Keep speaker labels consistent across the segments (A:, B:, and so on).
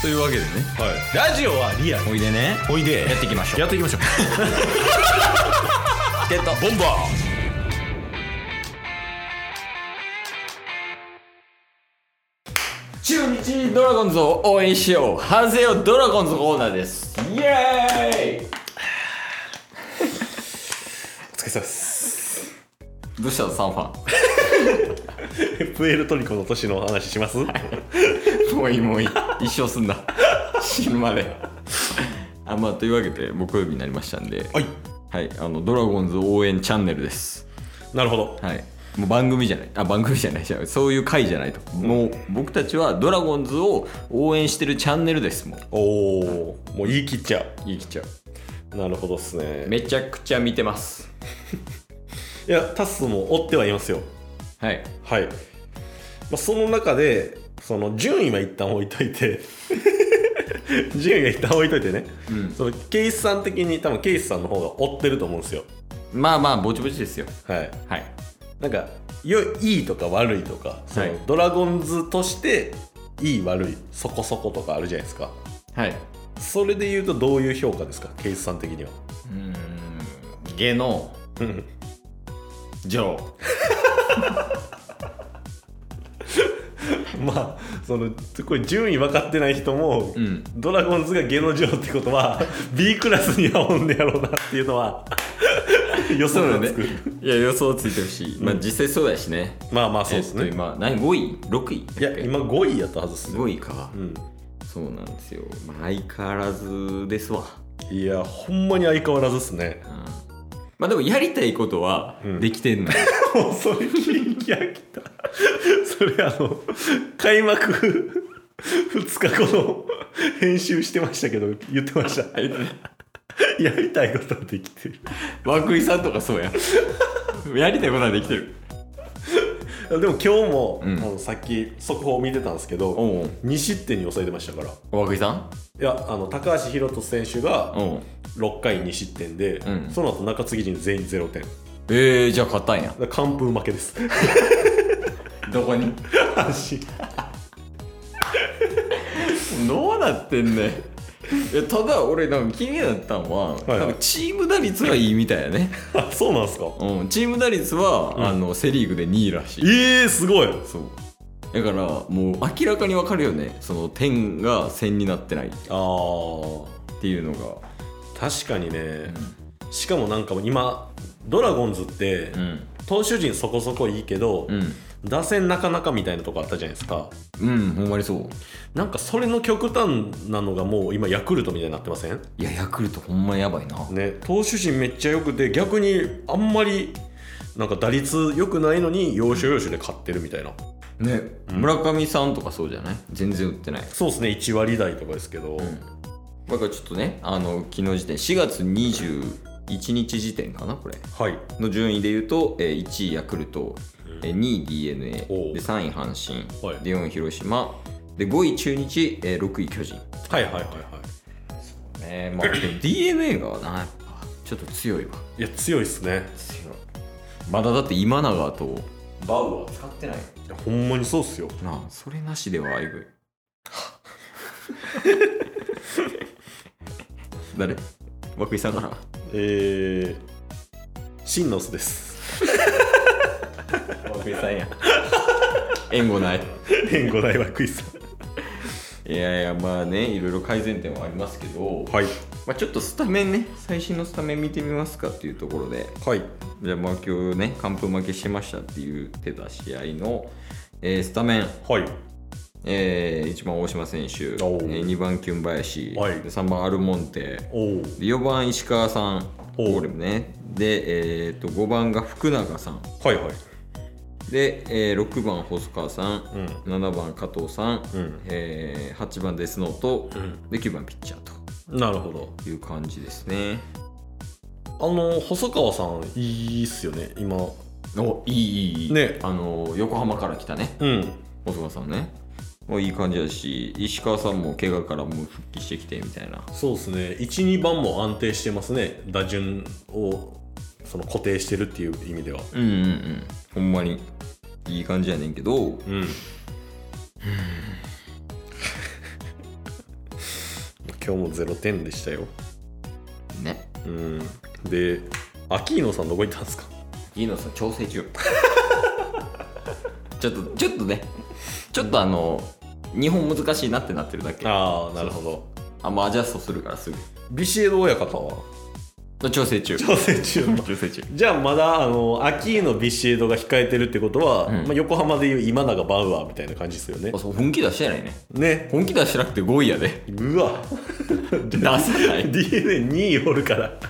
A: というわけでね
B: はい、ラジオはリアル
A: おいでね
B: おいで
A: やっていきましょう
B: やっていきましょう
A: ゲット
B: ボンバ
A: 中日ドラゴンズを応援しようハゼよドラゴンズコーナーですイエーイ
B: ーお疲れ様です
A: どうしたのサンファ
B: プエルトリコの都市の話します
A: ンもういいもういい一生すんな 死ぬまで あまあというわけで木曜日になりましたんで
B: はい
A: はいあのドラゴンズ応援チャンネルです
B: なるほど
A: はいもう番組じゃないあ番組じゃないじゃないそういう回じゃないともう僕たちはドラゴンズを応援してるチャンネルですもう
B: おおもう言い切っちゃ
A: 言い切っちゃう
B: うなるほどっすね
A: めちゃくちゃ見てます
B: いやタスも追ってはいますよ
A: はい
B: はい、まあ、その中でその順位は一旦置いといて 順位は一旦置いといてね
A: うん
B: そのケイスさん的に多分ケイスさんの方が追ってると思うんですよ
A: まあまあぼちぼちですよ
B: はい
A: はい
B: なんかよいいとか悪いとかその、
A: はい
B: ドラゴンズとしていい悪いそこそことかあるじゃないですか
A: はい
B: それで言うとどういう評価ですかケイスさん的には
A: うーん下の
B: うん
A: 上
B: まあそのこれ順位分かってない人も、
A: うん
B: ドラゴンズが下の上ってことは B クラスにはおんねやろうなっていうのは 予想がつく、
A: いや予想ついてほしい、まあ
B: うん
A: 実際そうやしね
B: まあまあそうです
A: えっ
B: ね、
A: と今何5位 ?6 位
B: いや今5位やったはずですよ
A: 5位か、
B: うん
A: そうなんですよ、まあ、相変わらずですわ、
B: いやほんまに相変わらずですね
A: うんまあでもやりたいことは
B: うん
A: できて んの、
B: もうそれ聞き飽きたそれあの開幕 2日後の編集してましたけど言ってましたやりたいことはできてる
A: 涌井さんとかそうや やりたいことはできてる
B: でも今日も、
A: うん
B: あのさっき速報を見てたんですけど
A: おう
B: 2失点に抑えてましたからい
A: おう涌井さん
B: やあの高橋宏斗選手が
A: おう
B: 6回2失点で、
A: うん
B: その後中継ぎ陣全員0点だか
A: えー、じゃあ勝ったんや
B: ら完封負けです
A: どこに
B: 阪神
A: どうなってんねん えただ俺なんか気になったのは、
B: はい
A: なんかチーム打率はいいみたいやね、
B: あそうなんですか
A: うん、チーム打率は、
B: うん
A: あのセ・リーグで2位らしい
B: えー、すごい
A: そうだからもう明らかに分かるよねその点が線になってないっ
B: あー
A: ていうのが
B: 確かにね、しかもなんかもう今ドラゴンズって、
A: うん
B: 投手陣そこそこいいけど、
A: うん
B: 打線なかなかみたいなとこあったじゃないですか
A: うんほんまにそう
B: なんかそれの極端なのがもう今ヤクルトみたいになってません
A: いやヤクルトほんまやばいな
B: ね投手陣めっちゃ良くて逆にあんまりなんか打率良くないのに要所要所で勝ってるみたいな
A: ね、
B: うん
A: 村上さんとかそうじゃない全然売ってない
B: そうですね1割台とかですけど、
A: だからちょっとねあの昨日時点4月21日時点かなこれ
B: はい
A: の順位で言うと、えー1位ヤクルト、えー2位 d n a で
B: おう
A: 3位阪神、
B: はい
A: で4位広島で5位中日、えー6位巨人
B: はいはいはいは
A: ねまあ、 でも d n a がなやっぱちょっと強いわ
B: いいや強いっすね
A: 強いまだだって今永とバウは使ってない
B: いやほんまにそうっすよ
A: なあそれなしではえぐい誰涌井さんから
B: えー、真の巣です
A: 涌井さんや援護ない
B: 援護大涌井さ
A: いやいやまあねいろいろ改善点はありますけど、
B: んはい
A: まあ、ちょっとスタメンね最新のスタメン見てみますかっていうところで
B: はい
A: じゃあまあ今日ね完封負けしましたって言ってた試合の、えースタメン
B: はい
A: えー、1番大島選手、え
B: おう
A: ー、2番キュンバヤシ、
B: はい
A: で3番アルモンテ
B: お
A: で
B: お
A: 4番石川さん
B: おう
A: ゴーレムねで、えー、と5番が福永さん
B: はいはい
A: で、えー、6番細川さん、
B: うん
A: 7番加藤さん、
B: うん
A: えー、8番デスノート、
B: うん
A: で9番ピッチャー
B: なるほど
A: という感じですね
B: あの細川さんいいっすよね今
A: おいいいいいい
B: ね
A: あのー横浜から来たね
B: うん
A: 細川さんねもういい感じだし石川さんも怪我からもう復帰してきてみたいな
B: そうですね12番も安定してますね打順をその固定してるっていう意味では
A: うんうんうんほんまにいい感じやねんけど
B: うん 今日も0点でしたよ
A: ね
B: うんでアキーノさんどこ行ったんですか
A: いいのさん調整中 ちょっとちょっとねちょっとあの日本難しいなってなってるだけあ
B: ああなるほど
A: んまアジャストするからす
B: ビシエド親方は
A: ぐ調整中
B: 調整中
A: 調整中
B: じゃあまだあのアキーノビシエドが控えてるってことは、
A: うん
B: まあ、横浜でいう今永バウアーみたいな感じですよね
A: あそう本気出してないね
B: ね
A: 本気出してなくて5位やで
B: うわ
A: 出さない
B: d n a 2位おるから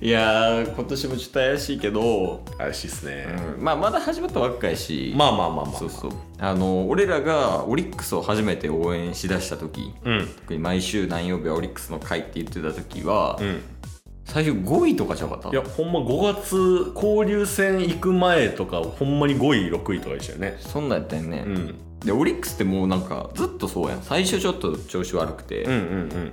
A: いやー今年もちょっと怪しいけど、
B: 怪しいっすね
A: うんまあまだ始まったばっかやし
B: まあまあまあまあ
A: そうそうあの俺らがオリックスを初めて応援しだした時
B: うん
A: 特に毎週何曜日はオリックスの会って言ってた時は、
B: うん
A: 最初5位とかじゃなかっ
B: いや
A: た
B: ほんま5月交流戦行く前とかほんまに5位6位とかでしたよね
A: そんなんやったよね、
B: うん
A: でオリックスってもうなんかずっとそうやん最初ちょっと調子悪くて、
B: うんう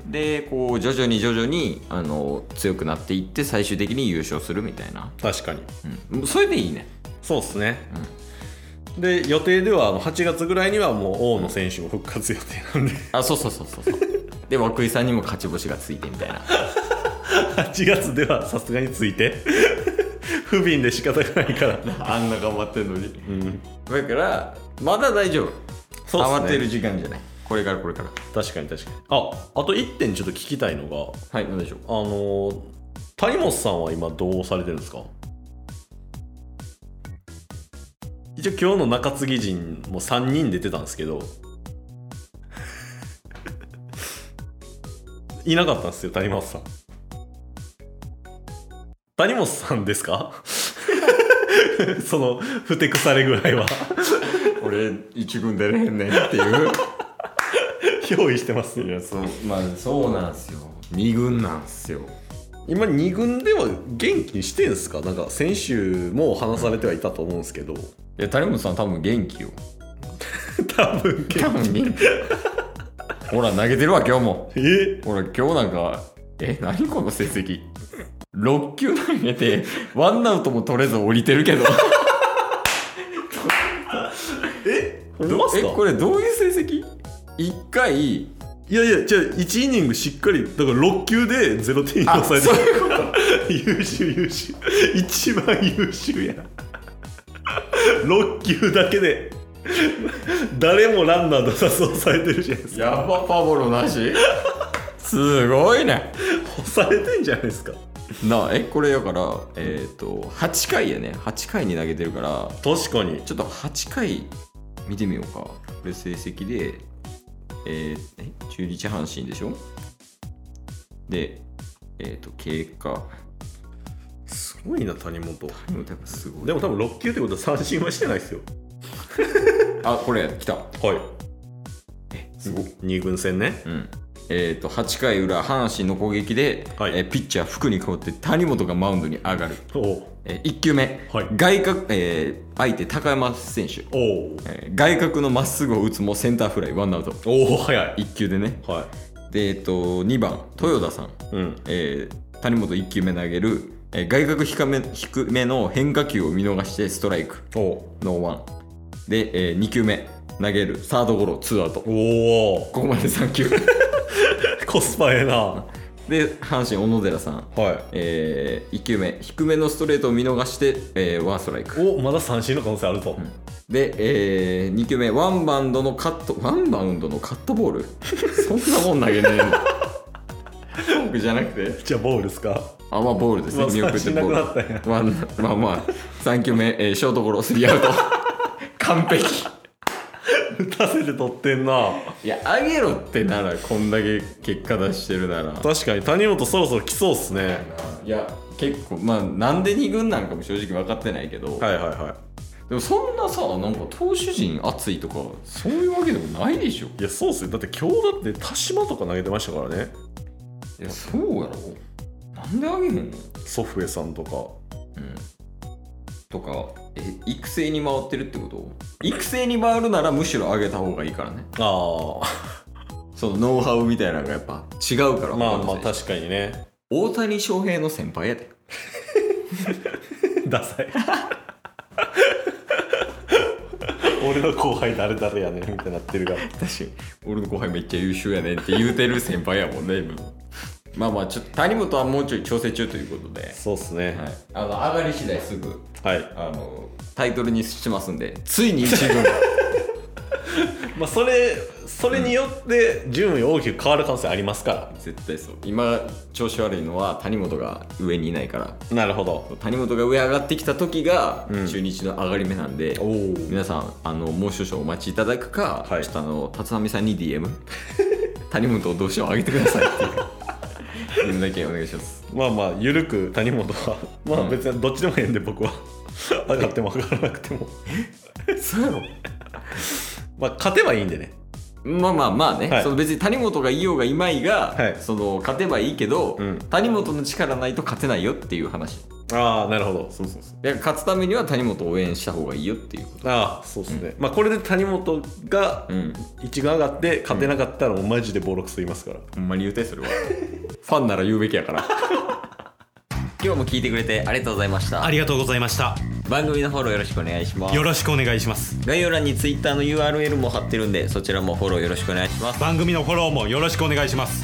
B: ん
A: でこう徐々に徐々にあの強くなっていって最終的に優勝するみたいな、
B: 確かに
A: うんもうそれでいいね
B: そうですね、で予定ではあの8月ぐらいにはもう大野選手も復活予定なんで
A: あそうそうそうそうそうで涌井さんにも勝ち星がついてみたいな
B: 8月ではさすがについて 不憫で仕方がないから、
A: あんな頑張ってんのに
B: うん、
A: だからまだ大丈夫
B: そうっすね
A: 慌てる時間じゃないこれからこれから
B: 確かに確かにああと1点ちょっと聞きたいのが
A: はい何でしょう
B: あのー谷本さんは今どうされてるんですか一応今日の中継ぎ陣も3人出てたんですけどいなかったんですよ谷本さん谷本さんですかそのふてくされ具合は
A: 俺一軍出れへんねんっていう
B: 用意してます
A: そう まあそうなんすよ二軍なんすよ
B: 今2軍では元気にしてんすかなんか先週も話されてはいたと思うんですけど
A: いや谷本さん多分元気よ
B: 多分結
A: 多
B: 構
A: 分元気ほら投げてるわ今日も
B: え
A: ほら今日なんかえ何この成績6球投げてワンアウトも取れず降りてるけど
B: え
A: ど
B: どうす
A: え
B: か
A: これどういう成績 ?1 回
B: いやいやじゃあ1イニングしっかりだから6球で0点以上されて
A: あそう
B: る 優秀優秀一番優秀や6球だけで誰もランナー出さそうされてるじゃないですか
A: やばパボロなしすごいね
B: 干されてんじゃないですか
A: なあえこれだからえっ、と8回やね8回に投げてるから
B: 確かに
A: ちょっと8回見てみようかこれ成績でえーえ中日阪神でしょでえっ、と経過
B: すごいな谷本
A: でも多分すごい
B: でも多分6球ってことは三振はしてないですよ
A: あこれ来た
B: はい
A: すごい
B: 2軍戦ね
A: うんえー、と8回裏、阪神の攻撃で、
B: はい
A: えーピッチャー、福に代わって谷本がマウンドに上がる、
B: おお
A: え1球目、
B: はい
A: 外角えー相手、高山選手、
B: お
A: えー外角のまっすぐを打つもセンターフライ、ワンアウト、
B: おお早い
A: 1球でね、
B: は
A: でえー、と2番、豊田さん、
B: いうん
A: えー谷本1球目投げる、えー外角低め低めの変化球を見逃してストライク、
B: おお
A: ノーワン、で、え2球目、投げる、サードゴロ、ツーアウト、こ
B: おお
A: こまで3球。
B: コスパええなは
A: で阪神小野寺さん、
B: い
A: えー、1球目低めのストレートを見逃して、えーワンストライク
B: おまだ三振の可能性あると、
A: で、えー、2球目ワンバウンドのカットワンバウンドのカットボール そんなもん投げねえの フォークじゃなくて
B: じゃあボールですか
A: あまあボールですね
B: まあ
A: 見送って
B: 三振な
A: ボ
B: くな
A: ー
B: ったんや
A: ルワン まあまあ3球目、えーショートゴロスリーアウト 完璧
B: 打たせて取ってんない
A: やあげろってならこんだけ結果出してるなら
B: 確かに谷本そろそろ来そうっすね
A: いや結構まあなんで2軍なんかも正直分かってないけど、
B: はいはいは
A: でもそんなさなんか投手陣熱いとかそういうわけでもないでしょ
B: いいやそうっすねだって今日だって田島とか投げてましたからね
A: いやそうやろなんであげへんの
B: 祖父江さんとか
A: うんとかえ育成に回ってるってこと育成に回るならむしろあげた方がいいからね
B: あ
A: そのノウハウみたいなのがやっぱ違うから
B: あまあまあ
A: 他の選手
B: 確かに ね
A: 大谷翔平の先輩やで
B: ダサい俺の後輩誰誰やねんみたいになってるが
A: 私俺の後輩めっちゃ優秀やねんって言うてる先輩やもんね今まあまあちょっと谷本はもうちょい調整中ということで、
B: そうっすね
A: はい、あの上がり次第すぐ
B: はい、
A: あのタイトルにしますんでついに一軍
B: まあそれそれによって順位大きく変わる可能性ありますか
A: 絶対そう今調子悪いのは谷本が上にいないから
B: らなるほど
A: 谷本が上上がってきた時が
B: うん
A: 中日の上がり目なんで、
B: おお
A: 皆さんあのもう少々お待ちいただくか、
B: はい
A: ちょっとあの辰巳さんに DM 谷本をどうしても上げてくださいっていう DM だけお願いします
B: まあまあ緩く谷本はま
A: う
B: あ
A: ん
B: 別にどっちでもええんで 僕は上がっても上がらなくても
A: そうやろ
B: まあ勝てばいいんでね
A: まあまあまあね、
B: はい
A: その別に谷本がいようがいまいが、
B: はい
A: その勝てばいいけど、
B: うん
A: 谷本の力ないと勝てないよっていう話
B: ああなるほど
A: そうそうそうだから勝つためには谷本を応援した方がいいよっていうこ
B: ああそうですね、まあこれで谷本が
A: とうん
B: 一軍上がって勝てなかったらもうマジでボロクソ言いますから、
A: ほんまに言うてそれは ファンなら言うべきやから 今日も聞いてくれてありがとうございました
C: ありがとうございました
A: 番組のフォローよろしくお願いします
C: よろしくお願いします
A: 概要欄に Twitter の URL も貼ってるんでそちらもフォローよろしくお願いします
C: 番組のフォローもよろしくお願いします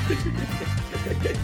C: す